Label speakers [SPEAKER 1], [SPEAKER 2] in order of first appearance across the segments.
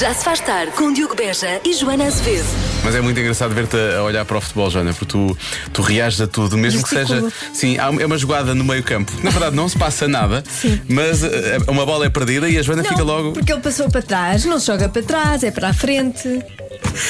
[SPEAKER 1] Já se faz tarde com Diogo Beja e Joana Azevedo.
[SPEAKER 2] Mas é muito engraçado ver-te a olhar para o futebol, Joana, porque tu, tu reages a tudo, mesmo que seja.
[SPEAKER 3] Gesticulo.
[SPEAKER 2] Sim, há- é uma jogada no meio campo. Na verdade, não se passa nada, mas eh, uma bola é perdida e a Joana
[SPEAKER 3] Não,
[SPEAKER 2] fica logo.
[SPEAKER 3] Porque ele passou para trás, não se joga para trás, é para a frente.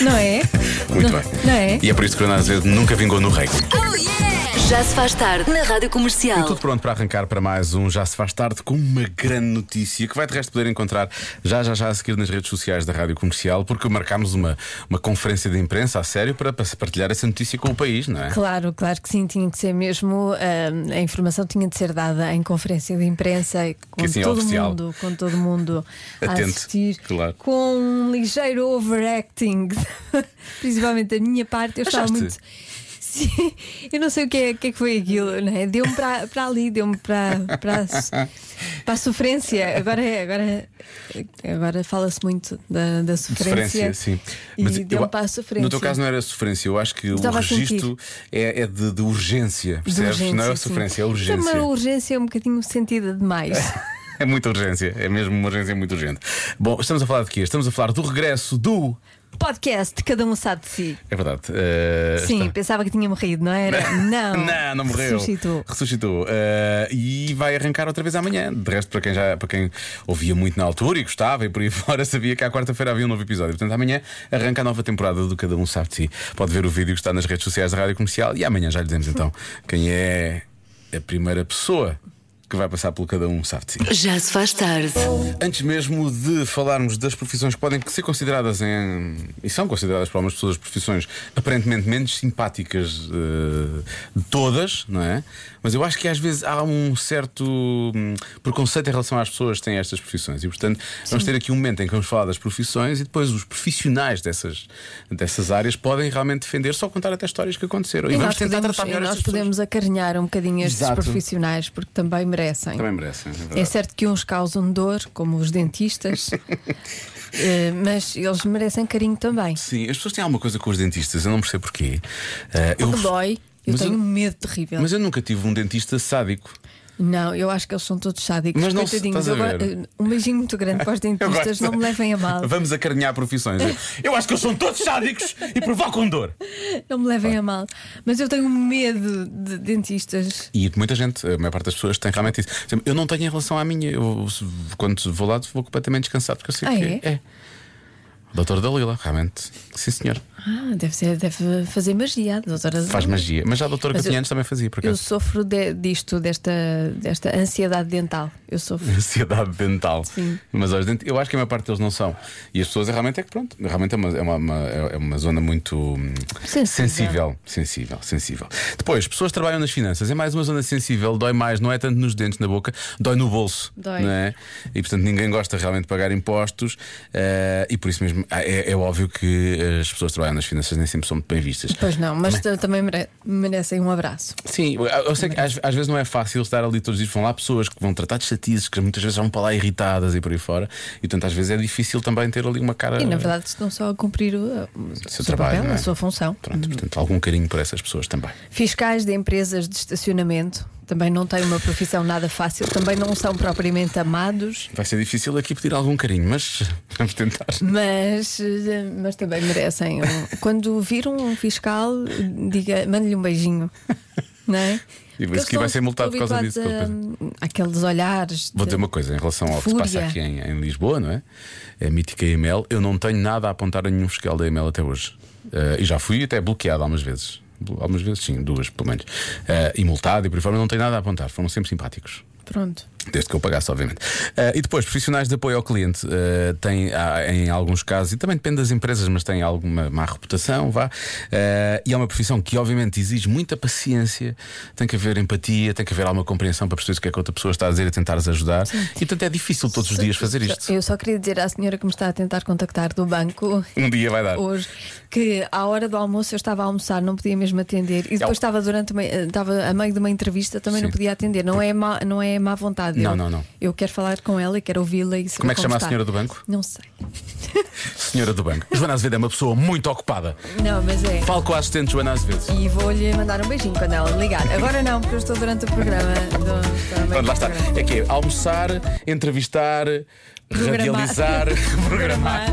[SPEAKER 3] Não é?
[SPEAKER 2] Muito
[SPEAKER 3] não-
[SPEAKER 2] bem.
[SPEAKER 3] não é?
[SPEAKER 2] E é por isso que o Renato Azevedo nunca vingou no rei.
[SPEAKER 1] Oh, Já se faz tarde na Rádio
[SPEAKER 2] Tudo
[SPEAKER 1] Comercial.
[SPEAKER 2] pronto para arrancar para mais um Já Se Faz Tarde com uma grande notícia que vai de resto poder encontrar já já já a seguir nas redes sociais da Rádio Comercial, porque marcámos uma, uma conferência de imprensa a sério para, para se partilhar essa notícia com o país, não é?
[SPEAKER 3] Claro, claro que sim, tinha que ser mesmo. hum, a informação tinha de ser dada em conferência de imprensa e com
[SPEAKER 2] assim é
[SPEAKER 3] todo
[SPEAKER 2] oficial.
[SPEAKER 3] mundo, com todo mundo
[SPEAKER 2] Atento,
[SPEAKER 3] a assistir,
[SPEAKER 2] claro.
[SPEAKER 3] com um ligeiro overacting, principalmente da minha parte. Eu
[SPEAKER 2] Achaste?
[SPEAKER 3] estava muito. Sim, eu não sei o que é, o que, é que foi aquilo, não é? Deu-me para, para ali, deu-me para, para, a so- para a sofrência. Agora, é- agora, agora fala-se muito da, da
[SPEAKER 2] Sofrência,
[SPEAKER 3] sofrência.
[SPEAKER 2] sim.
[SPEAKER 3] E um deu-me
[SPEAKER 2] eu-
[SPEAKER 3] para a sofrência.
[SPEAKER 2] No teu caso não é era sofrência, eu acho que
[SPEAKER 3] Estava
[SPEAKER 2] o
[SPEAKER 3] a sentir.
[SPEAKER 2] registro é, é de, de urgência,
[SPEAKER 3] De
[SPEAKER 2] percebes? não é
[SPEAKER 3] urgência, sim.
[SPEAKER 2] sofrência, é
[SPEAKER 3] Mas
[SPEAKER 2] urgência.
[SPEAKER 3] uma urgência um bocadinho sentida demais.
[SPEAKER 2] É muita urgência, é mesmo uma urgência muito urgente. Bom, estamos a falar de quê? Estamos a falar do regresso do.
[SPEAKER 3] Podcast, cada um sabe de si.
[SPEAKER 2] É verdade. eh,
[SPEAKER 3] Sim,
[SPEAKER 2] está-
[SPEAKER 3] pensava que tinha morrido, não era? Não.
[SPEAKER 2] não, não morreu.
[SPEAKER 3] Suscitou.
[SPEAKER 2] Ressuscitou. Eh, e vai arrancar outra vez amanhã. De resto, para quem, já, para quem ouvia muito na altura e gostava e por aí fora, sabia que à quarta-feira havia um novo episódio. Portanto, amanhã arranca a nova temporada do Cada Um Sabe de Si. Pode ver o vídeo que está nas redes sociais da Rádio Comercial e amanhã já lhe dizemos então quem é a primeira pessoa que vai passar pelo Cada Um Sabe de Si.
[SPEAKER 1] Já se faz tarde.
[SPEAKER 2] Antes mesmo de falarmos das profissões que podem ser consideradas em. e são consideradas para algumas pessoas profissões aparentemente menos simpáticas eh, de todas, não é? Mas eu acho que às vezes há um certo hum, preconceito em relação às pessoas que têm estas profissões. E portanto, vamos ter aqui um momento em que vamos falar das profissões e depois os profissionais dessas, dessas áreas podem realmente defender, só contar até histórias que aconteceram.
[SPEAKER 3] E
[SPEAKER 2] e
[SPEAKER 3] nós
[SPEAKER 2] vamos tentar
[SPEAKER 3] podemos,
[SPEAKER 2] tratar melhor
[SPEAKER 3] e nós
[SPEAKER 2] estas pessoas.
[SPEAKER 3] podemos acarinhar um bocadinho estes
[SPEAKER 2] Exato.
[SPEAKER 3] profissionais, porque também merecem.
[SPEAKER 2] Também merecem, é verdade.
[SPEAKER 3] É certo que uns causam dor, como os dentistas, eh, mas eles merecem carinho também.
[SPEAKER 2] Sim, as pessoas têm alguma coisa com os dentistas, eu não percebo porquê. Eh, eu-
[SPEAKER 3] Porque dói. Eu
[SPEAKER 2] Mas eu-
[SPEAKER 3] tenho um medo terrível.
[SPEAKER 2] Mas eu nunca tive um dentista sádico.
[SPEAKER 3] Não, eu acho que eles são todos sádicos.
[SPEAKER 2] Mas não se-
[SPEAKER 3] coitadinhos.
[SPEAKER 2] estás a
[SPEAKER 3] Eu
[SPEAKER 2] ver?
[SPEAKER 3] go- um beijinho muito grande para os dentistas, não me levem a mal.
[SPEAKER 2] Vamos acarinhar profissões. Eu acho que eles são todos sádicos e provocam dor.
[SPEAKER 3] Não me levem a mal. Mas eu tenho medo de dentistas.
[SPEAKER 2] E muita gente, a maior parte das pessoas tem realmente isso. Por exemplo, Eu não tenho em relação à minha. Eu, se- quando vou lá, vou completamente descansado porque eu sei
[SPEAKER 3] Ah,
[SPEAKER 2] que é. é. Doutor Dalila, realmente. Sim, senhor.
[SPEAKER 3] Ah, deve, ser, deve fazer magia, doutora.
[SPEAKER 2] Faz magia. Mas já a doutora
[SPEAKER 3] Mas eu-
[SPEAKER 2] Catinhanos também fazia, por
[SPEAKER 3] Eu
[SPEAKER 2] acaso.
[SPEAKER 3] sofro de- disto, desta, desta ansiedade dental. Eu sofro.
[SPEAKER 2] Ansiedade dental.
[SPEAKER 3] Sim.
[SPEAKER 2] Mas aos dentes, eu acho que a maior parte deles não são. E as pessoas é realmente é que pronto. Realmente é uma, é uma, uma- é uma zona muito hum,
[SPEAKER 3] Sensível.
[SPEAKER 2] sensível. Sensível, sensível. Depois, pessoas que trabalham nas finanças. É mais uma zona sensível, dói mais, não é tanto nos dentes, na boca, dói no bolso.
[SPEAKER 3] Dói.
[SPEAKER 2] não é? E portanto ninguém gosta realmente de pagar impostos. eh, e por isso mesmo ah, é, é óbvio que as pessoas que trabalham nas finanças nem sempre são muito bem vistas.
[SPEAKER 3] Pois não, mas t- também mere- merecem um abraço.
[SPEAKER 2] Sim, eu- eu sei que às, às vezes não é fácil estar ali todos os dias. Vão lá pessoas que vão tratar de chatices, que muitas vezes vão para lá irritadas e por aí fora. E portanto, às vezes é difícil também ter ali uma cara.
[SPEAKER 3] E na verdade estão só a cumprir o, o seu
[SPEAKER 2] trabalho,
[SPEAKER 3] papel,
[SPEAKER 2] não é?
[SPEAKER 3] a sua função.
[SPEAKER 2] Pronto, portanto, algum carinho por essas pessoas também.
[SPEAKER 3] Fiscais de empresas de estacionamento também não têm uma profissão nada fácil, também não são propriamente amados,
[SPEAKER 2] Vai ser difícil aqui pedir algum carinho, mas vamos tentar.
[SPEAKER 3] mas, eh, mas também merecem. um- Quando vir um fiscal, diga, mande-lhe um beijinho. Não é?
[SPEAKER 2] E
[SPEAKER 3] Porque
[SPEAKER 2] isso que
[SPEAKER 3] eles
[SPEAKER 2] vai ser
[SPEAKER 3] são
[SPEAKER 2] multado por causa disso,
[SPEAKER 3] habituados
[SPEAKER 2] que
[SPEAKER 3] a- hum, Aqueles olhares.
[SPEAKER 2] Vou
[SPEAKER 3] de-
[SPEAKER 2] dizer uma coisa em relação ao que se
[SPEAKER 3] Fúria.
[SPEAKER 2] passa aqui em, em Lisboa, não é? É a mítica EML. Eu não tenho nada a apontar a nenhum fiscal da EML até hoje. Eh, e já fui até bloqueado algumas vezes. Blo- Algumas vezes, sim, duas pelo menos. Eh, e multado e por aí fora, não tenho nada a apontar. Foram sempre simpáticos.
[SPEAKER 3] Pronto.
[SPEAKER 2] Desde que eu pagasse, obviamente. Ah, e depois, profissionais de apoio ao cliente ah, têm, há, em alguns casos, e também depende das empresas, mas têm alguma má reputação, vá. Ah, e é uma profissão que, obviamente, exige muita paciência, tem que haver empatia, tem que haver alguma compreensão para perceber o que é que a outra pessoa está a dizer e tentares ajudar. E, portanto, é difícil todos os dias fazer isto.
[SPEAKER 3] Eu só queria dizer à senhora que me está a tentar contactar do banco
[SPEAKER 2] Um dia vai dar.
[SPEAKER 3] hoje que à hora do almoço eu estava a almoçar, não podia mesmo atender e
[SPEAKER 2] Ela-
[SPEAKER 3] depois estava durante uma- eh, estava a meio de uma entrevista, também
[SPEAKER 2] É Sim.
[SPEAKER 3] não podia atender. Não é má, não é má vontade.
[SPEAKER 2] Não,
[SPEAKER 3] eu,
[SPEAKER 2] não, não.
[SPEAKER 3] Eu quero falar com ela e quero ouvi-la e saber
[SPEAKER 2] Como é que chama a
[SPEAKER 3] está.
[SPEAKER 2] senhora do banco?
[SPEAKER 3] Não sei.
[SPEAKER 2] Senhora do banco. Joana Azevedo é uma pessoa muito ocupada.
[SPEAKER 3] Não, mas é.
[SPEAKER 2] Falo com a assistente Joana Azevedo.
[SPEAKER 3] E vou-lhe mandar um beijinho quando ela me ligar. Agora não, porque eu estou durante o programa. do- estou a meio
[SPEAKER 2] Pronto, lá
[SPEAKER 3] do
[SPEAKER 2] está.
[SPEAKER 3] programa.
[SPEAKER 2] É que é almoçar, entrevistar,
[SPEAKER 3] Programar.
[SPEAKER 2] Radializar, programar.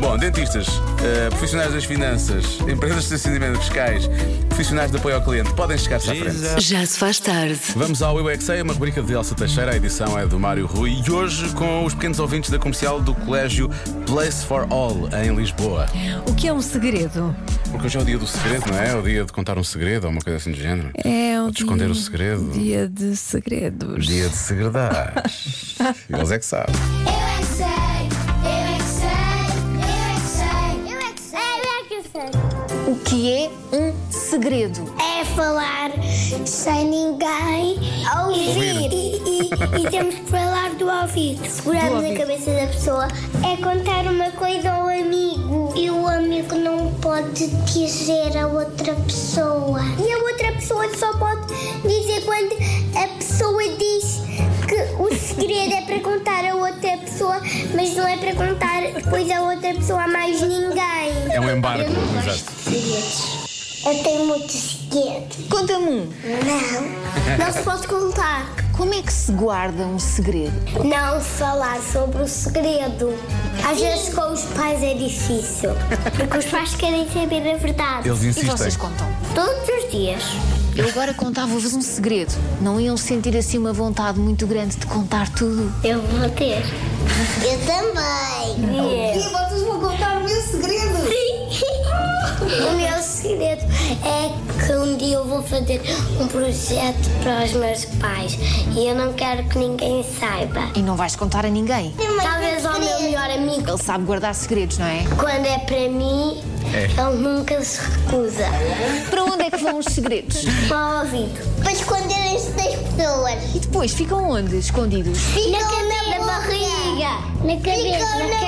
[SPEAKER 2] Bom, dentistas, eh, profissionais das finanças, empresas de assentamento fiscais, profissionais de apoio ao cliente, podem chegar-se à frente.
[SPEAKER 1] Já se faz tarde.
[SPEAKER 2] Vamos ao Eu é Que Sei, uma rubrica de Elsa Teixeira, a edição é do Mário Rui e hoje com os pequenos ouvintes da comercial do Colégio Place for All, em Lisboa.
[SPEAKER 3] O que é um segredo?
[SPEAKER 2] Porque hoje é o dia do segredo, não é? É o dia de contar um segredo ou uma coisa assim do género.
[SPEAKER 3] É
[SPEAKER 2] Ou
[SPEAKER 3] o
[SPEAKER 2] de esconder
[SPEAKER 3] dia-
[SPEAKER 2] o segredo.
[SPEAKER 3] Dia de segredos.
[SPEAKER 2] Dia É de segredar. Eles é que sabem.
[SPEAKER 4] Eu é que sei, eu é que sei, eu é que sei, eu é que sei, eu é que sei.
[SPEAKER 5] O que é um segredo?
[SPEAKER 4] É falar sem ninguém ouvir. E, e- e temos que falar do ouvido.
[SPEAKER 3] Do
[SPEAKER 4] Seguramos
[SPEAKER 3] ouvido.
[SPEAKER 4] a cabeça da pessoa. É contar uma coisa ao amigo. E o amigo não pode dizer a outra pessoa. E a outra pessoa só pode dizer quando a pessoa diz que o segredo é para contar a outra pessoa, mas não é para contar depois a outra pessoa a mais ninguém.
[SPEAKER 2] É um embargo,
[SPEAKER 4] Eu não gosto
[SPEAKER 2] exato.
[SPEAKER 4] de segredos. Eu tenho muitos segredos.
[SPEAKER 5] Conta-me um.
[SPEAKER 4] Não, não se pode contar.
[SPEAKER 5] Como é que se guarda um segredo?
[SPEAKER 4] Não falar sobre o segredo. Às vezes com os pais é difícil, porque os pais querem saber a verdade.
[SPEAKER 2] Eles
[SPEAKER 5] E vocês
[SPEAKER 2] insistem.
[SPEAKER 5] contam.
[SPEAKER 4] Todos os dias.
[SPEAKER 5] Eu agora contava-vos um segredo. Não iam sentir assim uma vontade muito grande de contar tudo.
[SPEAKER 4] Eu vou ter. Eu também.
[SPEAKER 6] E vocês vão contar o meu segredo.
[SPEAKER 4] O meu segredo é que um dia eu vou fazer um projeto para os meus pais e eu não quero que ninguém saiba.
[SPEAKER 5] E não vais contar a ninguém.
[SPEAKER 4] Talvez ao meu melhor amigo.
[SPEAKER 5] Ele sabe guardar segredos, não é?
[SPEAKER 4] Quando é para mim,
[SPEAKER 2] É.
[SPEAKER 4] ele nunca se recusa.
[SPEAKER 5] Para onde é que vão os segredos?
[SPEAKER 4] Para o ouvido. Para esconderem-se das pessoas.
[SPEAKER 5] E depois ficam onde? Escondidos?
[SPEAKER 4] na cabeça, na barriga. Na cabeça, na, cabeça.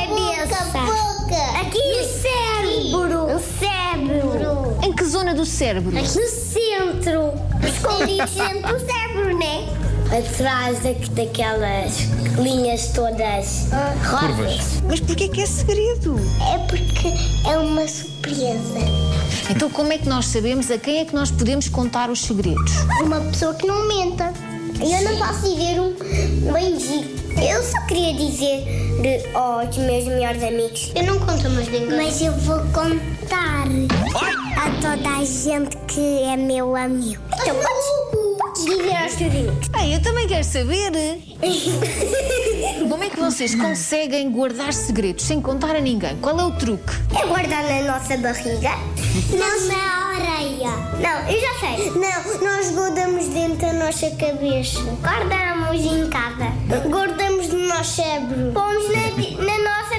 [SPEAKER 4] Aqui no cérebro. No cérebro.
[SPEAKER 5] Em que zona do cérebro?
[SPEAKER 4] Aqui no centro. Escondidos dentro do cérebro, né? Atrás da, daquelas linhas todas
[SPEAKER 2] Curvas.
[SPEAKER 6] Mas porquê que é segredo?
[SPEAKER 4] É porque é uma surpresa.
[SPEAKER 5] Então como é que nós sabemos a quem é que nós podemos contar os segredos?
[SPEAKER 4] Uma pessoa que não menta. Eu não posso dizer um bendito. Eu só queria dizer de, aos meus melhores amigos. Eu não conto mais ninguém. Mas eu vou contar a toda a gente que é meu amigo. Então podes, podes dizer aos teus amigos.
[SPEAKER 5] Ah, eu também quero saber. Como é que vocês conseguem guardar segredos sem contar a ninguém? Qual é o truque?
[SPEAKER 4] É guardar na nossa barriga. Não na areia. Não, eu já sei. Não, nós guardamos dentro da nossa cabeça. Guardamos em casa. Guardamos no nosso cérebro. Pomos na, na nossa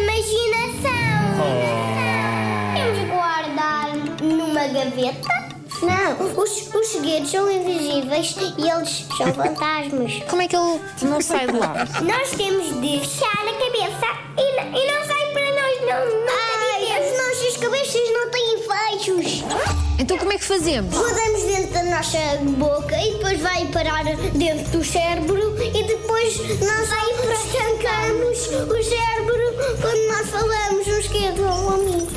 [SPEAKER 4] imaginação. Temos que guardar numa gaveta. Não, os, os segredos são invisíveis e eles são fantasmas.
[SPEAKER 5] Como é que ele não sai de lá?
[SPEAKER 4] Nós temos de fechar a cabeça e, n- e não sai para nós, não. não Ai, as nossas cabeças não têm fechos.
[SPEAKER 5] Então como é que fazemos?
[SPEAKER 4] Rodamos dentro da nossa boca e depois vai parar dentro do cérebro e depois nós aí estancamos o cérebro quando nós falamos um esquerdo ou um amigo.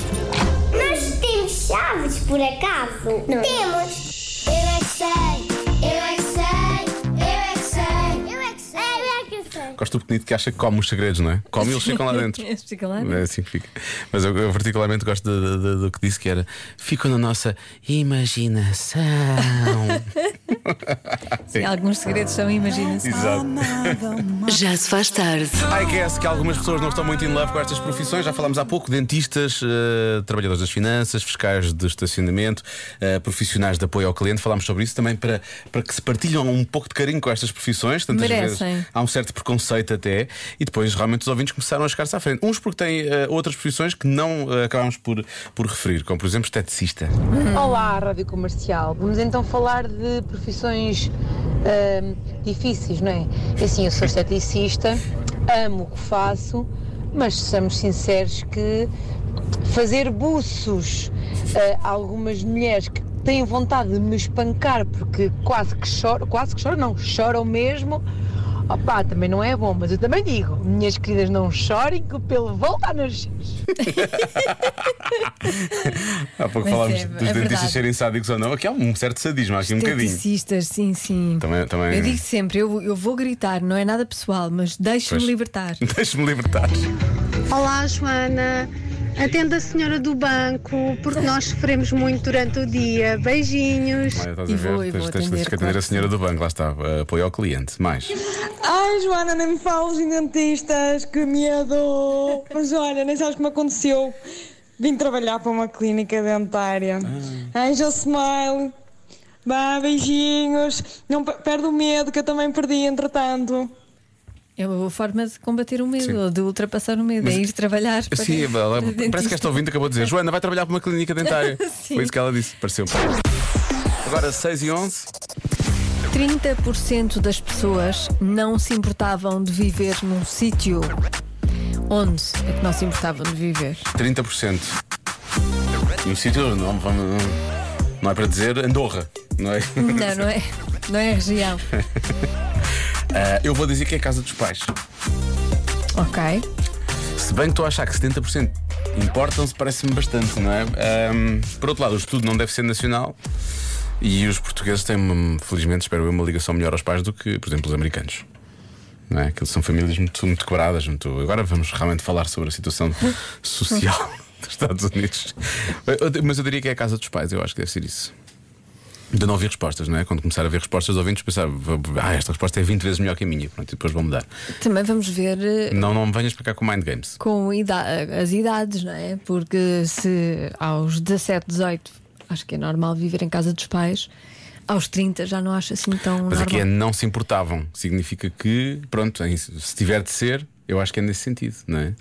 [SPEAKER 4] Nós temos chaves, por acaso? Temos. Eu é que sei, eu é que sei, eu é que sei, eu é que sei, eu é que sei.
[SPEAKER 2] Gosto do pequenito que acha que come os segredos, não é? Come e eles ficam lá dentro.
[SPEAKER 3] Eles ficam lá dentro.
[SPEAKER 2] É assim que fica. Mas eu, eu particularmente gosto do, do- do que disse que era ficam na nossa imaginação.
[SPEAKER 3] Sim, alguns segredos são imaginação.
[SPEAKER 2] Exato.
[SPEAKER 1] Já se faz tarde.
[SPEAKER 2] I guess que algumas pessoas não estão muito in love com estas profissões. Já falámos há pouco: dentistas, eh, trabalhadores das finanças, fiscais de estacionamento, eh, profissionais de apoio ao cliente. Falámos sobre isso também para, para que se partilham um pouco de carinho com estas profissões. Tantas
[SPEAKER 3] Merecem.
[SPEAKER 2] vezes há um certo preconceito até. E depois realmente os ouvintes começaram a chegar-se à frente. Uns porque têm eh, outras profissões que não eh, acabámos por, por referir, como por exemplo esteticista.
[SPEAKER 7] Olá, Rádio Comercial. Vamos então falar de profissões ahm, difíceis, não é? É Assim, eu sou esteticista, amo o que faço, mas sejamos sinceros que fazer buços eh, a algumas mulheres que têm vontade de me espancar porque quase que choram, quase que choram, não, choram mesmo, Opa, também não é bom, mas eu também digo, minhas queridas, não chorem que o pelo volta a nascer.
[SPEAKER 2] Há pouco
[SPEAKER 3] Mas
[SPEAKER 2] falámos
[SPEAKER 3] é, é
[SPEAKER 2] dos
[SPEAKER 3] verdade.
[SPEAKER 2] dentistas serem sádicos ou não. Aqui há um certo sadismo, há aqui um bocadinho. Então, é.
[SPEAKER 3] Esteticistas, sim, sim.
[SPEAKER 2] Também- também-
[SPEAKER 3] Eu digo sempre, eu, eu vou gritar, não é nada pessoal, mas deixe-me
[SPEAKER 2] Pois.
[SPEAKER 3] libertar.
[SPEAKER 2] Deixa-me libertar.
[SPEAKER 8] Olá, Joana. Atenda a senhora do banco, porque nós sofremos muito durante o dia. Beijinhos.
[SPEAKER 2] Olha, estás
[SPEAKER 3] E
[SPEAKER 2] a ver?
[SPEAKER 3] vou- e
[SPEAKER 2] tens,
[SPEAKER 3] vou
[SPEAKER 2] tens, tens
[SPEAKER 3] atender,
[SPEAKER 2] que atender a
[SPEAKER 3] claro.
[SPEAKER 2] senhora do banco, lá está, eh, apoio ao cliente. Mais.
[SPEAKER 9] Ai, Joana, nem me fales em dentistas, que medo! Mas olha, nem sabes o que me aconteceu. Vim trabalhar para uma clínica dentária. Angel Smile, bah, beijinhos. Não pe- perde o medo, que eu também perdi, entretanto.
[SPEAKER 3] É uma boa forma de combater o medo,
[SPEAKER 2] Sim.
[SPEAKER 3] ou de ultrapassar o medo,
[SPEAKER 2] Mas-
[SPEAKER 3] é ir trabalhar. Para,
[SPEAKER 2] Sim, ela-
[SPEAKER 3] para
[SPEAKER 2] parece que
[SPEAKER 3] dentista.
[SPEAKER 2] esta é ouvinte acabou de dizer: Joana, vai trabalhar para uma clínica dentária.
[SPEAKER 3] Sim.
[SPEAKER 2] Foi isso que ela disse, pareceu. Agora 6 e 11.
[SPEAKER 3] 30% das pessoas não se importavam de viver num sítio. Onde é que não se importavam de viver?
[SPEAKER 2] 30%. E o sítio não, não, não é para dizer Andorra, não é?
[SPEAKER 3] Não, não é? Não é a região.
[SPEAKER 2] Ah, eu vou dizer que é a casa dos pais.
[SPEAKER 3] Ok.
[SPEAKER 2] Se bem que estou a achar que 70% importam-se, parece-me bastante, não é? Ahm, por outro lado, o estudo não deve ser nacional e os portugueses têm, hum, felizmente, espero eu, uma ligação melhor aos pais do que, por exemplo, os americanos. Não é? Que são famílias muito, muito quebradas. Muito... Agora vamos realmente falar sobre a situação social dos Estados Unidos. Eu- Mas eu diria que é a casa dos pais, eu acho que deve ser isso. De não ouvir respostas, não é? Quando começar a ver respostas, os ouvintes pensar, ah, esta resposta é 20 vezes melhor que a minha, pronto, e depois vão mudar.
[SPEAKER 3] Também vamos ver eh,
[SPEAKER 2] Não, não me venhas para cá com mind games.
[SPEAKER 3] com ida- as idades, não é? Porque se aos 17, 18 acho que é normal viver em casa dos pais, aos 30 já não acho assim tão
[SPEAKER 2] Mas
[SPEAKER 3] normal.
[SPEAKER 2] aqui é não se importavam. Significa que, pronto, em- se tiver de ser, eu acho que é nesse sentido, não é?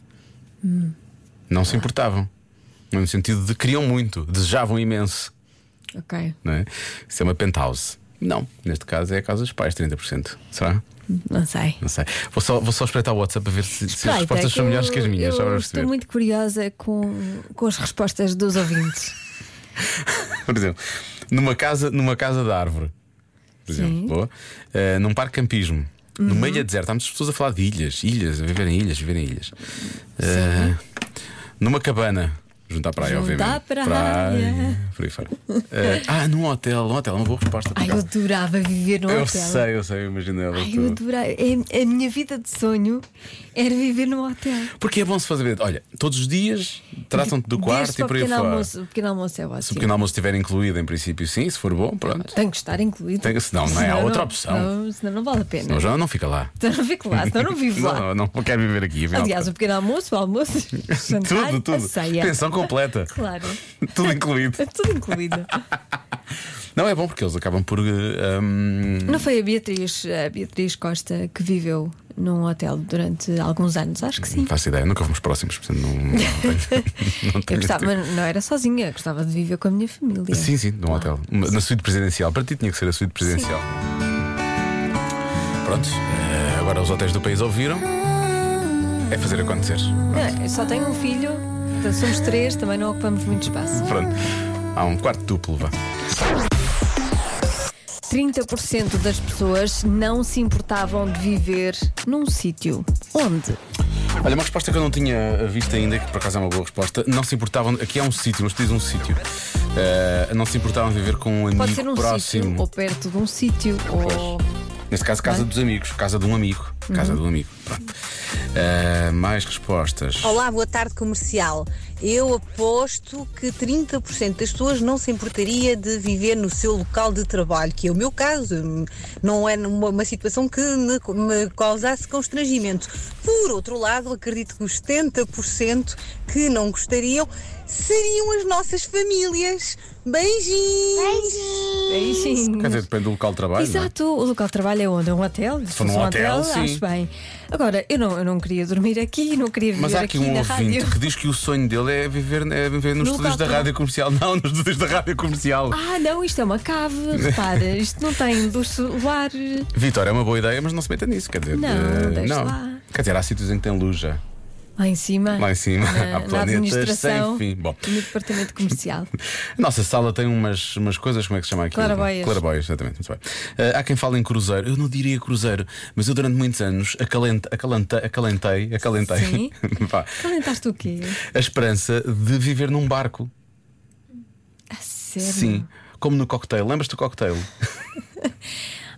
[SPEAKER 3] Hum.
[SPEAKER 2] Não se importavam. No sentido de queriam muito, desejavam imenso,
[SPEAKER 3] Ok,
[SPEAKER 2] não é? Isso é uma penthouse. Não, neste caso é a casa dos pais, 30%. Será?
[SPEAKER 3] não sei.
[SPEAKER 2] Não sei. Vou só, vou só espreitar o WhatsApp para ver se, se as
[SPEAKER 3] Espreita,
[SPEAKER 2] respostas
[SPEAKER 3] que
[SPEAKER 2] são melhores
[SPEAKER 3] eu-
[SPEAKER 2] que as minhas. só para
[SPEAKER 3] Eu
[SPEAKER 2] perceber.
[SPEAKER 3] estou muito curiosa com, com as respostas dos ouvintes.
[SPEAKER 2] Por exemplo, numa casa, numa casa da árvore. Por exemplo, boa. Eh, num parque de campismo. No
[SPEAKER 3] Uhum.
[SPEAKER 2] meio da deserta. Há muitas pessoas a falar de ilhas, ilhas, a viverem em ilhas, a viverem em ilhas. Eh, numa cabana. Junto à praia,
[SPEAKER 3] Junto
[SPEAKER 2] obviamente.
[SPEAKER 3] à praia.
[SPEAKER 2] Por aí fora. Eh, ah, num hotel. Um hotel é uma boa resposta. por
[SPEAKER 3] Ai, eu
[SPEAKER 2] acaso.
[SPEAKER 3] adorava viver num
[SPEAKER 2] eu
[SPEAKER 3] hotel.
[SPEAKER 2] sei, eu sei, eu imagino ela.
[SPEAKER 3] Ai,
[SPEAKER 2] toda.
[SPEAKER 3] eu adorava. É- A minha vida de sonho era viver num hotel.
[SPEAKER 2] Porque é bom se fazer. Olha, todos os dias tratam-te do
[SPEAKER 3] Desde
[SPEAKER 2] quarto
[SPEAKER 3] para
[SPEAKER 2] e
[SPEAKER 3] o
[SPEAKER 2] por aí
[SPEAKER 3] pequeno
[SPEAKER 2] fora.
[SPEAKER 3] almoço, O pequeno almoço é ótimo.
[SPEAKER 2] Se o pequeno almoço estiver incluído, em princípio, sim, se for bom, pronto.
[SPEAKER 3] Tem que estar incluído.
[SPEAKER 2] Tem- senão não é, há outra opção.
[SPEAKER 3] Não, senão não vale a pena.
[SPEAKER 2] Senão já não fica lá.
[SPEAKER 3] Então não fico lá, senão não vivo lá.
[SPEAKER 2] Não, não, não quero viver aqui. afinal.
[SPEAKER 3] Aliás, o pequeno almoço, o almoço, o jantar,
[SPEAKER 2] tudo,
[SPEAKER 3] a
[SPEAKER 2] tudo.
[SPEAKER 3] ceia.
[SPEAKER 2] Pensão completa.
[SPEAKER 3] Claro,
[SPEAKER 2] tudo incluído.
[SPEAKER 3] é tudo incluído.
[SPEAKER 2] Não é bom porque eles acabam por. eh, hum,
[SPEAKER 3] Não foi a Beatriz, a Beatriz Costa que viveu num hotel durante alguns anos? Acho que sim.
[SPEAKER 2] Não faço ideia, nunca fomos próximos, portanto não, não tenho. não
[SPEAKER 3] Eu
[SPEAKER 2] tenho
[SPEAKER 3] gostava,
[SPEAKER 2] tempo.
[SPEAKER 3] mas não era sozinha, gostava de viver com a minha família.
[SPEAKER 2] Sim, sim, num hotel. Uma- Na suíte presidencial. Para ti tinha que ser a suíte presidencial. Pronto, eh, agora os hotéis do país ouviram. É fazer acontecer.
[SPEAKER 3] Não, eu só tenho um filho, portanto somos três, também não ocupamos muito espaço.
[SPEAKER 2] Pronto, há um quarto duplo, vá.
[SPEAKER 3] 30% das pessoas não se importavam de viver num sítio. Onde?
[SPEAKER 2] Olha, uma resposta que eu não tinha visto ainda, que por acaso é uma boa resposta, não se importavam. Aqui é um sítio, mas tu diz um sítio. Eh, não se importavam de viver com um amigo
[SPEAKER 3] Pode ser num sítio,
[SPEAKER 2] próximo.
[SPEAKER 3] ou perto de um sítio, ou.
[SPEAKER 2] Neste caso, casa dos amigos, casa de um amigo.
[SPEAKER 3] Uhum.
[SPEAKER 2] Casa de um amigo. Pronto. Eh, mais respostas.
[SPEAKER 10] Olá, boa tarde comercial. Eu aposto que 30% das pessoas não se importaria de viver no seu local de trabalho, que é o meu caso, hum, não é uma, uma situação que me, me causasse constrangimento. Por outro lado, acredito que os 70% que não gostariam seriam as nossas famílias. Beijinhos!
[SPEAKER 3] Beijinhos.
[SPEAKER 2] Quer dizer, depende do local de trabalho. não é?
[SPEAKER 3] Exato, o local de trabalho é onde? É um hotel? Se
[SPEAKER 2] for num hotel, sim.
[SPEAKER 3] acho bem. Agora, eu não, eu não queria dormir aqui, não queria viver
[SPEAKER 2] Mas há aqui um
[SPEAKER 3] na
[SPEAKER 2] ouvinte
[SPEAKER 3] rádio.
[SPEAKER 2] que diz que o sonho dele é viver, é viver nos
[SPEAKER 3] No
[SPEAKER 2] estúdios
[SPEAKER 3] local
[SPEAKER 2] da
[SPEAKER 3] de
[SPEAKER 2] rádio comercial. Não, nos estúdios da rádio comercial.
[SPEAKER 3] Ah, não, isto é uma cave, repara, isto não tem luz solar.
[SPEAKER 2] Vitor, é uma boa ideia, mas não se meta nisso. Quer dizer,
[SPEAKER 3] Não,
[SPEAKER 2] eh,
[SPEAKER 3] deixa lá.
[SPEAKER 2] Quer dizer, há sítios em que tem luz já.
[SPEAKER 3] Lá em cima.
[SPEAKER 2] Lá em cima,
[SPEAKER 3] na,
[SPEAKER 2] há
[SPEAKER 3] na
[SPEAKER 2] planetas sem
[SPEAKER 3] administração
[SPEAKER 2] fim. Bom,
[SPEAKER 3] e no departamento comercial.
[SPEAKER 2] a nossa sala tem umas, umas coisas, como é que se chama aqui?
[SPEAKER 3] Claraboias.
[SPEAKER 2] Claraboias, exatamente. Muito bem. Ah, há quem fale em cruzeiro, eu não diria cruzeiro, mas eu durante muitos anos acalente, acalente, acalentei, acalentei
[SPEAKER 3] Sim.
[SPEAKER 2] Pá,
[SPEAKER 3] Calentaste o quê?
[SPEAKER 2] a esperança de viver num barco.
[SPEAKER 3] A sério?
[SPEAKER 2] Sim. Como no cocktail, lembras-te do cocktail?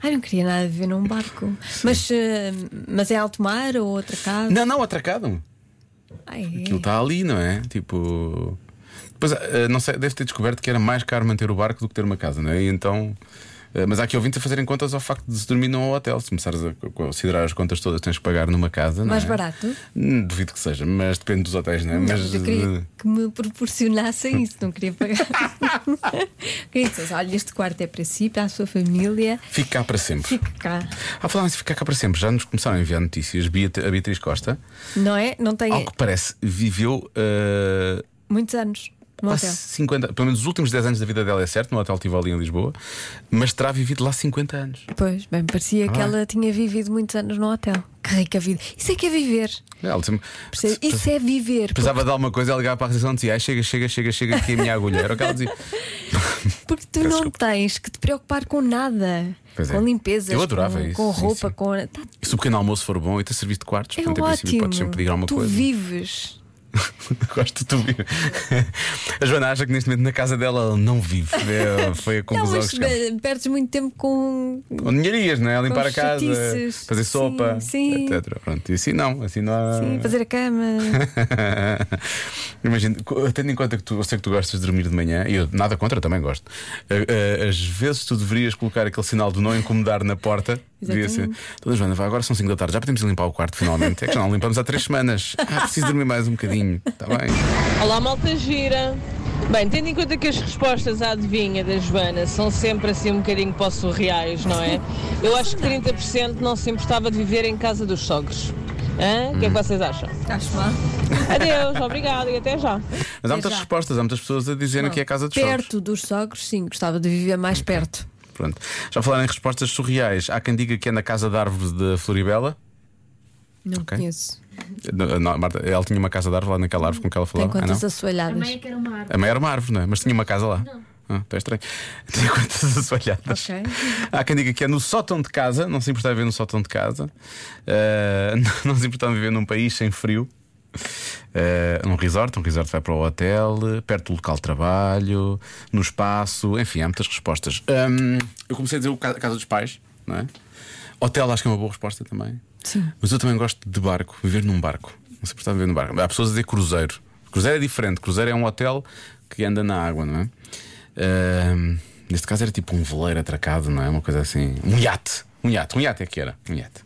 [SPEAKER 3] Ai, não queria nada viver num barco. Mas, eh, mas é alto mar ou outra casa?
[SPEAKER 2] Não, não, atracado.
[SPEAKER 3] Ai,
[SPEAKER 2] Aquilo está ali, não é? Tipo. Depois, ah, não sei, deve ter descoberto que era mais caro manter o barco do que ter uma casa, não é? E então. ah, Mas há aqui ouvintes a fazerem contas ao facto de se dormir num hotel. Se começares a considerar as contas todas, que tens que pagar numa casa. não
[SPEAKER 3] mais
[SPEAKER 2] é?
[SPEAKER 3] barato?
[SPEAKER 2] Hum, Duvido que seja, mas depende dos hotéis, não é? mas
[SPEAKER 3] eu queria
[SPEAKER 2] eh,
[SPEAKER 3] que me proporcionassem isso, não queria pagar. queria dizer, olha, este quarto é para si, para a sua família,
[SPEAKER 2] fica cá para sempre.
[SPEAKER 3] fique cá.
[SPEAKER 2] Ah, falar nisso, fica cá para sempre. Já nos começaram a enviar notícias. Beat- A Beatriz Costa,
[SPEAKER 3] Não é? Não tem
[SPEAKER 2] ao que parece, viveu eh,
[SPEAKER 3] muitos anos no
[SPEAKER 2] quase
[SPEAKER 3] hotel.
[SPEAKER 2] 50, pelo menos os últimos 10 anos da vida dela, é certo, no Hotel Tivoli em Lisboa, mas terá vivido lá 50 anos.
[SPEAKER 3] Pois, bem, parecia
[SPEAKER 2] Ah,
[SPEAKER 3] que
[SPEAKER 2] bem.
[SPEAKER 3] ela tinha vivido muitos anos no hotel. Que rica vida. Isso é que é viver.
[SPEAKER 2] Ela sempre-
[SPEAKER 3] percebe? Isso é viver.
[SPEAKER 2] Precisava de alguma coisa, ela ligava para a recepção e dizia: "Ai, chega, chega, chega, chega aqui a minha agulha. Era o que ela dizia.
[SPEAKER 3] Porque tu não tens que te preocupar com nada.
[SPEAKER 2] Pois é.
[SPEAKER 3] com limpezas,
[SPEAKER 2] Eu adorava
[SPEAKER 3] com,
[SPEAKER 2] isso,
[SPEAKER 3] com
[SPEAKER 2] sim,
[SPEAKER 3] roupa,
[SPEAKER 2] sim.
[SPEAKER 3] com. Tá,
[SPEAKER 2] E se o pequeno almoço for bom e ter serviço de quartos,
[SPEAKER 3] é
[SPEAKER 2] portanto, em princípio,
[SPEAKER 3] ótimo.
[SPEAKER 2] podes sempre pedir alguma
[SPEAKER 3] tu
[SPEAKER 2] coisa.
[SPEAKER 3] vives.
[SPEAKER 2] Gosto de tu vir. A Joana acha que neste momento na casa dela ela não vive. É, foi a
[SPEAKER 3] Não,
[SPEAKER 2] conclusão
[SPEAKER 3] mas
[SPEAKER 2] que chegamos.
[SPEAKER 3] eh, perdes muito tempo com.
[SPEAKER 2] Ninharias, não é? Limpar a casa,
[SPEAKER 3] chatices.
[SPEAKER 2] fazer
[SPEAKER 3] Sim,
[SPEAKER 2] sopa,
[SPEAKER 3] sim.
[SPEAKER 2] etc. Pronto, e assim não, assim não há.
[SPEAKER 3] Sim, fazer a cama.
[SPEAKER 2] Imagino, co- tendo em conta que tu, eu sei que tu gostas de dormir de manhã, e eu nada contra, também gosto. A- a- Às vezes tu deverias colocar aquele sinal de não incomodar na porta. Devia ser. Dona Joana, vá, agora são 5 da tarde, já podemos ir limpar o quarto finalmente. É que já não limpamos há 3 semanas. Ah, preciso dormir mais um bocadinho. Está bem?
[SPEAKER 11] Olá, malta gira. Bem, tendo em conta que as respostas à adivinha da Joana são sempre assim um bocadinho para os surreais, não é? Eu acho que 30% não se importava de viver em casa dos sogros. Hã? O que é que vocês acham?
[SPEAKER 3] Acho mal.
[SPEAKER 11] Adeus, obrigado e até já.
[SPEAKER 2] Mas há muitas respostas, há muitas pessoas a dizerem que é a casa dos
[SPEAKER 3] perto
[SPEAKER 2] sogros.
[SPEAKER 3] dos sogros, sim, gostava de viver mais perto.
[SPEAKER 2] Pronto. Já falaram em respostas surreais. Há quem diga que é na casa da árvore de Floribela.
[SPEAKER 3] Não
[SPEAKER 2] Ok.
[SPEAKER 3] conheço.
[SPEAKER 2] Não, não, Marta, ela tinha uma casa de árvore lá naquela árvore com que ela
[SPEAKER 3] Tem
[SPEAKER 2] falava. Ah, não?
[SPEAKER 3] quantas assoalhadas?
[SPEAKER 2] A maior era uma árvore, não é? Mas tinha uma casa lá. Não. Ah, então é estranho. Tinha quantas assoalhadas.
[SPEAKER 3] Ok.
[SPEAKER 2] Há quem diga que é no sótão de casa, não se importava viver no sótão de casa, Ah, não- não se importava viver num país sem frio, Ah, num resort, um resort vai para o hotel, perto do local de trabalho, no espaço, enfim, há muitas respostas. Ahm, eu comecei a dizer o ca- casa dos pais, não é? Hotel acho que é uma boa resposta também.
[SPEAKER 3] Sim.
[SPEAKER 2] Mas eu também gosto de barco, viver num barco. Não se importava viver num barco. Há pessoas a dizer cruzeiro. Cruzeiro é diferente. Cruzeiro é um hotel que anda na água, não é? Ahm, neste caso era tipo um veleiro atracado, não é? Uma coisa assim. Um iate. Um iate. Um iate é que era. Um iate.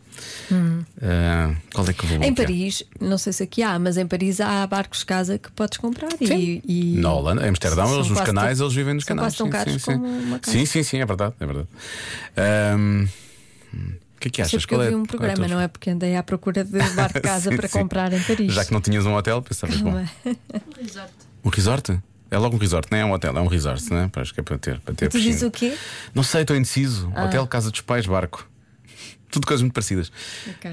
[SPEAKER 2] Ah, qual é que eu vou
[SPEAKER 3] Hum. Em
[SPEAKER 2] bloquear?
[SPEAKER 3] Paris, não sei se aqui há, mas em Paris há barcos casa que podes comprar e, e-
[SPEAKER 2] Na Holanda, em Amsterdão,
[SPEAKER 3] São
[SPEAKER 2] eles, os
[SPEAKER 3] quase
[SPEAKER 2] canais,
[SPEAKER 3] tão-
[SPEAKER 2] eles vivem nos
[SPEAKER 3] são
[SPEAKER 2] canais.
[SPEAKER 3] quase tão caros
[SPEAKER 2] sim, sim.
[SPEAKER 3] como uma casa.
[SPEAKER 2] sim, sim, sim, é verdade. É verdade. Ahm, o que é que
[SPEAKER 3] Sei
[SPEAKER 2] achas?
[SPEAKER 3] porque
[SPEAKER 2] Qual
[SPEAKER 3] eu vi
[SPEAKER 2] é-
[SPEAKER 3] um
[SPEAKER 2] qual é a
[SPEAKER 3] programa,
[SPEAKER 2] tua-
[SPEAKER 3] não é? Porque andei à procura de barco casa
[SPEAKER 2] Sim,
[SPEAKER 3] para
[SPEAKER 2] sim.
[SPEAKER 3] comprar em Paris.
[SPEAKER 2] Já que não tinhas um hotel, pensavas, bom,
[SPEAKER 3] Calma.
[SPEAKER 2] Um resort? É logo um resort, não é um hotel, é um resort, não é? Pois, que é para ter, para ter
[SPEAKER 3] Tu dizes
[SPEAKER 2] piscina.
[SPEAKER 3] o quê?
[SPEAKER 2] Não sei, estou indeciso.
[SPEAKER 3] Ah.
[SPEAKER 2] Hotel, casa dos pais, barco. Tudo coisas muito parecidas.
[SPEAKER 3] Ok.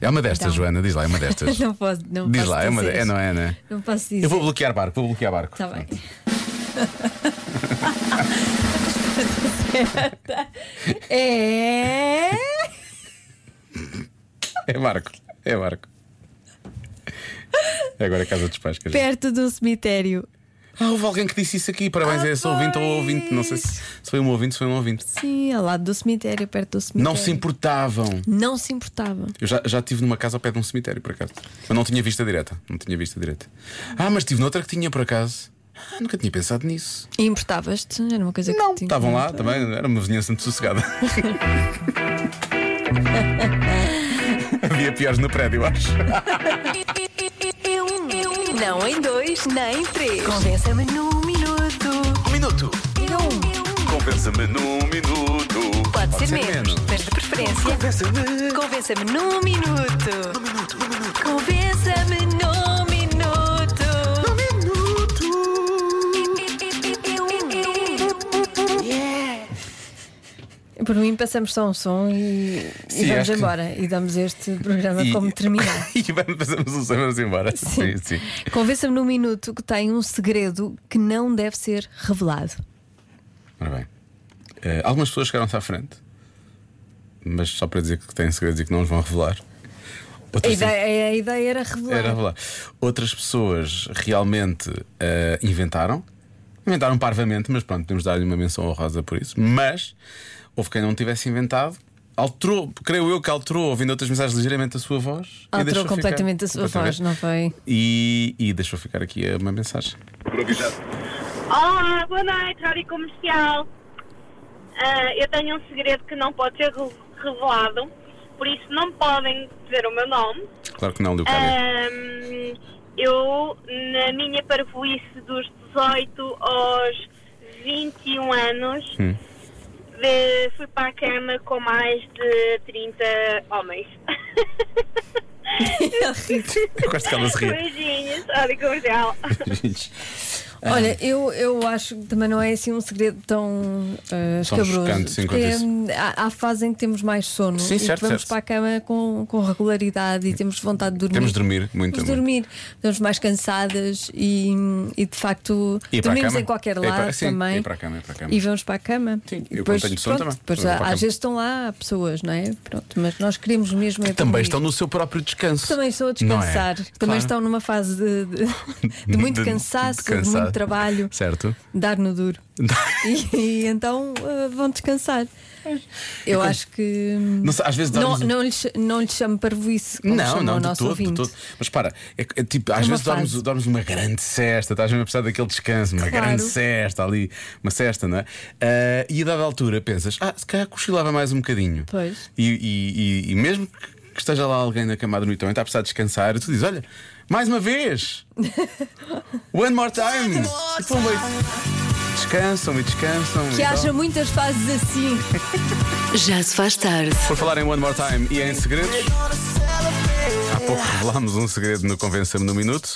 [SPEAKER 2] É uma destas,
[SPEAKER 3] Então.
[SPEAKER 2] Joana, diz lá, é uma destas.
[SPEAKER 3] Não posso, não
[SPEAKER 2] diz
[SPEAKER 3] posso
[SPEAKER 2] lá, é uma
[SPEAKER 3] dizer.
[SPEAKER 2] destas. É, não é, não é?
[SPEAKER 3] Não posso dizer.
[SPEAKER 2] Eu vou bloquear barco, vou bloquear barco.
[SPEAKER 3] Tá bem. É.
[SPEAKER 2] É barco, é barco. É agora a casa dos pais, que a gente-
[SPEAKER 3] Perto do cemitério.
[SPEAKER 2] Ah, houve alguém que disse isso aqui. Parabéns
[SPEAKER 3] Ah,
[SPEAKER 2] a esse ouvinte ou ouvinte. Não sei se, se foi um ouvinte, se foi um ouvinte.
[SPEAKER 3] Sim, ao lado do cemitério, perto do cemitério.
[SPEAKER 2] Não se importavam.
[SPEAKER 3] Não se importava.
[SPEAKER 2] Eu já, já tive numa casa ao pé de um cemitério, por acaso. Mas não tinha vista direta. Não tinha vista direta. Ah, mas tive noutra que tinha, por acaso. Ah, nunca tinha pensado nisso.
[SPEAKER 3] E Importavas-te? Era uma coisa que tinha.
[SPEAKER 2] Estavam lá também, era uma vizinhança muito sossegada. Havia piores no prédio, eu acho.
[SPEAKER 1] Não em dois, nem em três. Convença-me num minuto.
[SPEAKER 2] Um minuto.
[SPEAKER 1] Não.
[SPEAKER 2] Convença-me num minuto.
[SPEAKER 1] um. Pode, ser, menos, mas de preferência. Convença-me. Convença-me num minuto. Num minuto, num minuto. Convença-me num minuto. Num minuto.
[SPEAKER 3] Eu Por mim, passamos só um som e, e
[SPEAKER 2] Sim,
[SPEAKER 3] vamos
[SPEAKER 2] acho que-
[SPEAKER 3] embora. E damos este programa
[SPEAKER 2] E-
[SPEAKER 3] como terminado.
[SPEAKER 2] e vamos, passamos o som e vamos embora. Sim, sim.
[SPEAKER 3] Convença-me num minuto que tem um segredo que não deve ser revelado.
[SPEAKER 2] Ora bem. Eh, algumas pessoas chegaram-se à frente, mas só para dizer que têm segredos e que não os vão revelar.
[SPEAKER 3] A
[SPEAKER 2] Outras
[SPEAKER 3] ideia, é a ideia era revelar.
[SPEAKER 2] Era revelar. Outras pessoas realmente eh, inventaram. Inventaram parvamente, mas pronto, podemos dar-lhe uma menção honrosa por isso. Mas houve quem não tivesse inventado. Alterou, creio eu que alterou, ouvindo outras mensagens ligeiramente a sua voz. e deixou
[SPEAKER 3] Alterou
[SPEAKER 2] ficar-
[SPEAKER 3] completamente a sua voz,
[SPEAKER 2] completamente.
[SPEAKER 3] não foi?
[SPEAKER 2] E, e deixou ficar aqui uma mensagem.
[SPEAKER 12] Olá, boa noite, Rádio Comercial. Ah, eu tenho um segredo que não pode ser re- revelado, por isso não podem dizer o meu nome.
[SPEAKER 2] Claro que não, Leo Cário.
[SPEAKER 12] Ahm, eu, na minha parvoíce dos 18 aos 21 anos,
[SPEAKER 2] Hum.
[SPEAKER 12] de- fui para a cama com mais de 30 homens.
[SPEAKER 2] Eu gosto que ela se ria.
[SPEAKER 12] Beijinhos, Rádio Comercial.
[SPEAKER 2] É.
[SPEAKER 3] Olha, eu, eu acho que também não é assim um segredo tão uh,
[SPEAKER 2] Só um
[SPEAKER 3] escabroso.
[SPEAKER 2] chocante, sim,
[SPEAKER 3] porque,
[SPEAKER 2] quanto
[SPEAKER 3] hum, há, há fase em que temos mais sono
[SPEAKER 2] Sim,
[SPEAKER 3] e
[SPEAKER 2] certo,
[SPEAKER 3] que vamos
[SPEAKER 2] certo.
[SPEAKER 3] para a cama com, com regularidade e temos vontade de dormir.
[SPEAKER 2] Temos de dormir, muito,
[SPEAKER 3] Temos de
[SPEAKER 2] muito.
[SPEAKER 3] dormir. Estamos mais cansadas e, e, de facto
[SPEAKER 2] E ir para a
[SPEAKER 3] dormimos
[SPEAKER 2] cama?
[SPEAKER 3] em qualquer
[SPEAKER 2] É ir para-
[SPEAKER 3] lado
[SPEAKER 2] sim,
[SPEAKER 3] também.
[SPEAKER 2] ir para a cama, ir para a cama.
[SPEAKER 3] E vamos para a cama. Sim,
[SPEAKER 2] eu
[SPEAKER 3] depois,
[SPEAKER 2] quando tenho sono
[SPEAKER 3] pronto,
[SPEAKER 2] também,
[SPEAKER 3] Depois,
[SPEAKER 2] também vou para
[SPEAKER 3] às
[SPEAKER 2] a cama.
[SPEAKER 3] vezes estão lá pessoas, não é? Pronto, mas nós queremos mesmo. é
[SPEAKER 2] Também
[SPEAKER 3] dormir.
[SPEAKER 2] estão no seu próprio descanso.
[SPEAKER 3] Também estão a
[SPEAKER 2] Não é?
[SPEAKER 3] descansar, também
[SPEAKER 2] Claro.
[SPEAKER 3] estão numa fase de, de- de muito
[SPEAKER 2] De- de
[SPEAKER 3] cansaço, de,
[SPEAKER 2] cansar.
[SPEAKER 3] muito trabalho,
[SPEAKER 2] Certo?
[SPEAKER 3] dar no duro. e, e então ah, vão descansar. Eu acho que. hum,
[SPEAKER 2] Não sei, às vezes
[SPEAKER 3] não,
[SPEAKER 2] dormes-
[SPEAKER 3] não, lhe, ch- não lhe chamo parvoíce, como
[SPEAKER 2] Não,
[SPEAKER 3] chama
[SPEAKER 2] não,
[SPEAKER 3] o
[SPEAKER 2] de
[SPEAKER 3] nosso
[SPEAKER 2] todo, de
[SPEAKER 3] ouvinte.
[SPEAKER 2] todo. Mas para, é, é tipo,
[SPEAKER 3] É
[SPEAKER 2] às
[SPEAKER 3] uma
[SPEAKER 2] vezes dormes,
[SPEAKER 3] fase.
[SPEAKER 2] dormes uma grande cesta, estás mesmo a precisar daquele descanso, uma
[SPEAKER 3] Claro.
[SPEAKER 2] grande cesta ali, uma cesta, não é? Ah, e a dada altura pensas, ah, se calhar cochilava mais um bocadinho.
[SPEAKER 3] Pois.
[SPEAKER 2] E, e- e- e mesmo que que esteja lá alguém na cama a dormir também, está a precisar descansar, e tu dizes, olha, mais uma vez! One more time! E pum, vai- Descansam e descansam. e
[SPEAKER 3] Que
[SPEAKER 2] tal.
[SPEAKER 3] haja muitas fases assim.
[SPEAKER 2] Já se faz tarde. Por falar em One More Time e em segredos, há pouco revelámos um segredo no Convença-me no Minuto.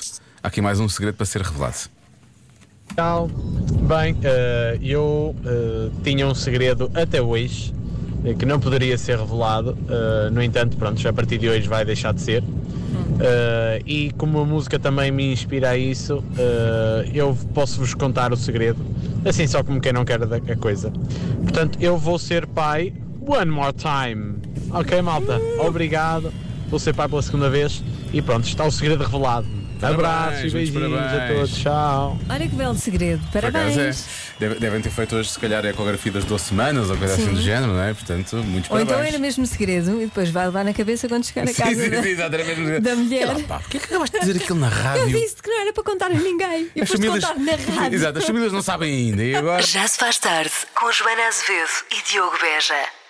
[SPEAKER 2] Há aqui mais um segredo para ser revelado.
[SPEAKER 13] Tchau. Bem, eh, eu eh, tinha um segredo até hoje eh, que não poderia ser revelado. eh, no entanto, pronto, já a partir de hoje vai deixar de ser. Eh, e como a música também me inspira a isso, eh, eu posso-vos contar o segredo, assim só como quem não quer da a coisa. Portanto, eu vou ser pai one more time. Ok, malta? Obrigado. Vou ser pai pela segunda vez e pronto, está o segredo revelado.
[SPEAKER 2] Parabéns,
[SPEAKER 13] Abraços e
[SPEAKER 2] muitos
[SPEAKER 13] beijinhos a
[SPEAKER 2] parabéns.
[SPEAKER 13] todos. Tchau.
[SPEAKER 3] Olha que belo segredo.
[SPEAKER 2] Por
[SPEAKER 3] Parabéns.
[SPEAKER 2] acaso é. Deve- Devem ter feito hoje, se calhar, a ecografia das 12 semanas ou coisa assim
[SPEAKER 3] Sim.
[SPEAKER 2] do género, não é? Portanto, muitos
[SPEAKER 3] Ou então
[SPEAKER 2] parabéns.
[SPEAKER 3] era mesmo segredo e depois vai levar na cabeça quando chegar a
[SPEAKER 2] Sim,
[SPEAKER 3] casa é?
[SPEAKER 2] sim,
[SPEAKER 3] da,
[SPEAKER 2] sim, exatamente.
[SPEAKER 3] da mulher.
[SPEAKER 2] Ela, pá, porquê é que acabaste de dizer aquilo na rádio?
[SPEAKER 3] Eu disse que não era para contar a ninguém. Eu
[SPEAKER 2] As
[SPEAKER 3] foste contar na rádio.
[SPEAKER 2] Exato, as famílias não sabem ainda. E agora?
[SPEAKER 14] Já se faz tarde com Joana Azevedo e Diogo Beja.